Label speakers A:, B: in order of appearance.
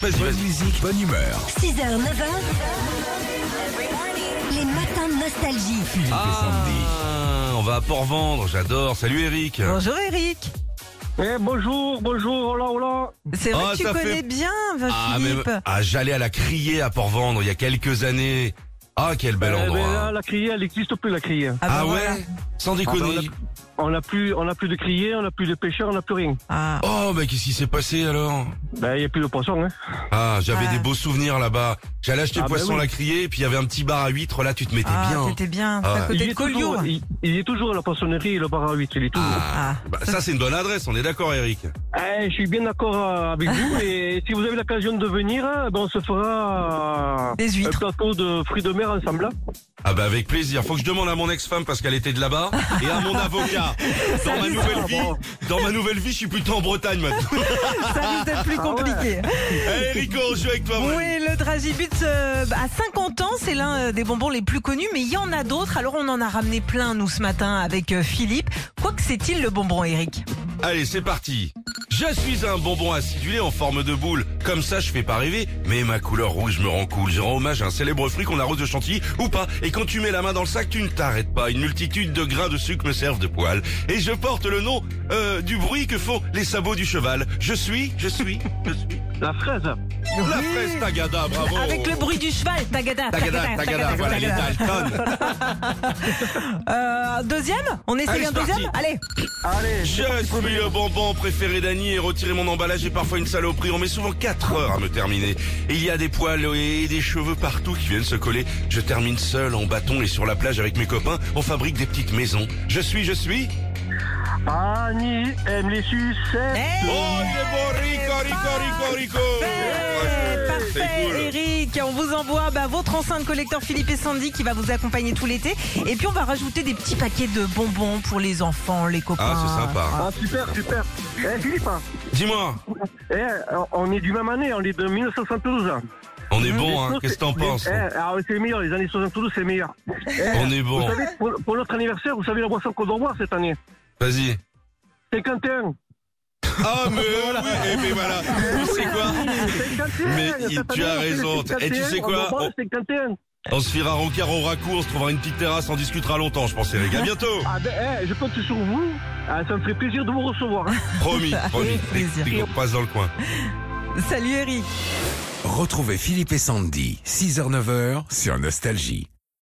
A: Vas-y,
B: Bonne
A: vas-y.
B: musique, bonne humeur.
C: 6h, 9h. Les matins de nostalgie.
B: Philippe et Sandy.
A: Ah, on va à Port-Vendre, j'adore. Salut Eric.
D: Bonjour Eric.
E: Eh, bonjour, bonjour, hola, hola.
D: C'est vrai
A: Ah,
D: que tu
A: ça fait-
D: connais bien
A: Ah, mais-
D: Philippe.
A: ah, j'allais à la crier à Port-Vendre il y a quelques années. Ah, quel bel
E: Eh
A: endroit.
E: ben, là,
A: hein.
E: la criée, elle n'existe plus, la criée.
D: Ah, bah
A: Ah ouais
D: voilà.
A: Sans déconner.
E: On n'a plus, on n'a plus de criée, on n'a plus de pêcheurs, on n'a plus rien.
D: Ah.
A: Oh, bah qu'est-ce qui s'est passé alors
E: Ben, il n'y a plus de poisson, hein.
A: Ah, j'avais
D: Ah.
A: des beaux souvenirs là-bas. J'allais acheter
E: Ah, bah
A: poisson
E: oui.
A: la criée, puis il y avait un petit bar à huîtres, là tu te mettais
D: Ah,
A: bien.
D: c'était bien.
A: Ah
D: C'est
A: ouais.
D: à côté
E: il,
D: de
E: est
D: Collioure.
E: toujours,
A: hein.
E: il, il est toujours à la poissonnerie et le bar à 8, il est toujours.
A: Ah, bah, ça c'est une bonne adresse, on est d'accord Eric.
E: Eh, je suis bien d'accord euh, avec vous et si vous avez l'occasion de venir, euh, ben, on se fera euh,
D: Des
E: un
D: huîtres.
E: plateau de fruits de mer ensemble. hein. là.
A: Ah bah avec plaisir. Faut que je demande à mon ex-femme parce qu'elle était de là-bas et à mon avocat. Dans ma nouvelle vie, dans ma nouvelle vie, je suis plutôt en Bretagne maintenant.
D: Ça risque d'être
A: Ah
D: plus compliqué.
A: Allez Rico, on joue avec toi. mon
D: Oui, le Dragibut euh, à 50 ans, c'est l'un euh, des bonbons les plus connus, mais il y en a d'autres. Alors on en a ramené plein nous ce matin avec euh, Philippe. Quoi que c'est-il le bonbon Eric
A: Oh. Allez, c'est parti. Je suis un bonbon acidulé en forme de boule. Comme ça, je fais pas rêver, mais ma couleur rouge me rend cool. Je rends hommage à un célèbre fruit qu'on arrose de chantilly ou pas. Et quand tu mets la main dans le sac, tu ne t'arrêtes pas. Une multitude de grains de sucre me servent de poil. Et je porte le nom euh, du bruit que font les sabots du cheval. Je suis, je suis, je suis.
E: La fraise.
A: La
D: Oui.
A: fraise tagada, bravo.
D: Avec le bruit du cheval, tagada,
A: Tagada, tagada, voilà les Dalton.
D: Euh, deuxième On essaye
A: Allez,
D: un
A: c'est parti. Oh,
D: deuxième Allez.
E: Allez,
A: Je suis le bonbon préféré d'Annie et retirer mon emballage est parfois une saloperie. On met souvent 4 heures à me terminer. Et il y a des poils et des cheveux partout qui viennent se coller. Je termine seul en bâton et sur la plage avec mes copains. On fabrique des petites maisons. Je suis, je suis.
E: Annie aime les sucettes.
D: Hey
A: Oh, il est bon, Rico, Rico, Rico, Rico.
D: Parfait,
A: C'est
D: parfait,
A: cool.
D: Eric. On vous envoie bah, votre enceinte collecteur Philippe et Sandy qui va vous accompagner tout l'été. Et puis on va rajouter des petits paquets de bonbons pour les enfants, les copains.
A: Ah, c'est sympa.
E: Ah, super, super. Eh, Philippe, hein.
A: Dis-moi,
E: eh, on est du même année, on est de 1972. hein.
A: on est bon,
E: Les
A: hein.
E: choses,
A: Qu'est-ce que t'en
E: les-
A: penses
E: eh, alors, C'est meilleur, les années 72, c'est meilleur.
A: On est
E: Vous
A: bon.
E: savez, pour, pour notre anniversaire, vous savez la boisson qu'on doit boire cette année
A: Vas-y.
E: 51
A: Ah, mais oui, et mais voilà. Vous, c'est quoi
E: 51
A: Ah, Mais
E: cette
A: il- tu
E: année,
A: as
E: on fait les
A: raison.
E: 51,
A: Et tu sais
E: on
A: quoi
E: doit boire
A: On-
E: le 51
A: On se fera rencard au raccours, on se trouvera une petite terrasse, on discutera longtemps, je pensais, les gars. À bientôt
E: Ah ben, eh, je compte sur vous. Ah, ça me ferait plaisir de vous recevoir. hein.
A: Promis, promis.
D: Avec
A: Dès,
D: plaisir.
A: dès qu'on passe dans le coin.
D: Salut Eric.
B: Retrouvez Philippe et Sandy, 6h-9h sur Nostalgie.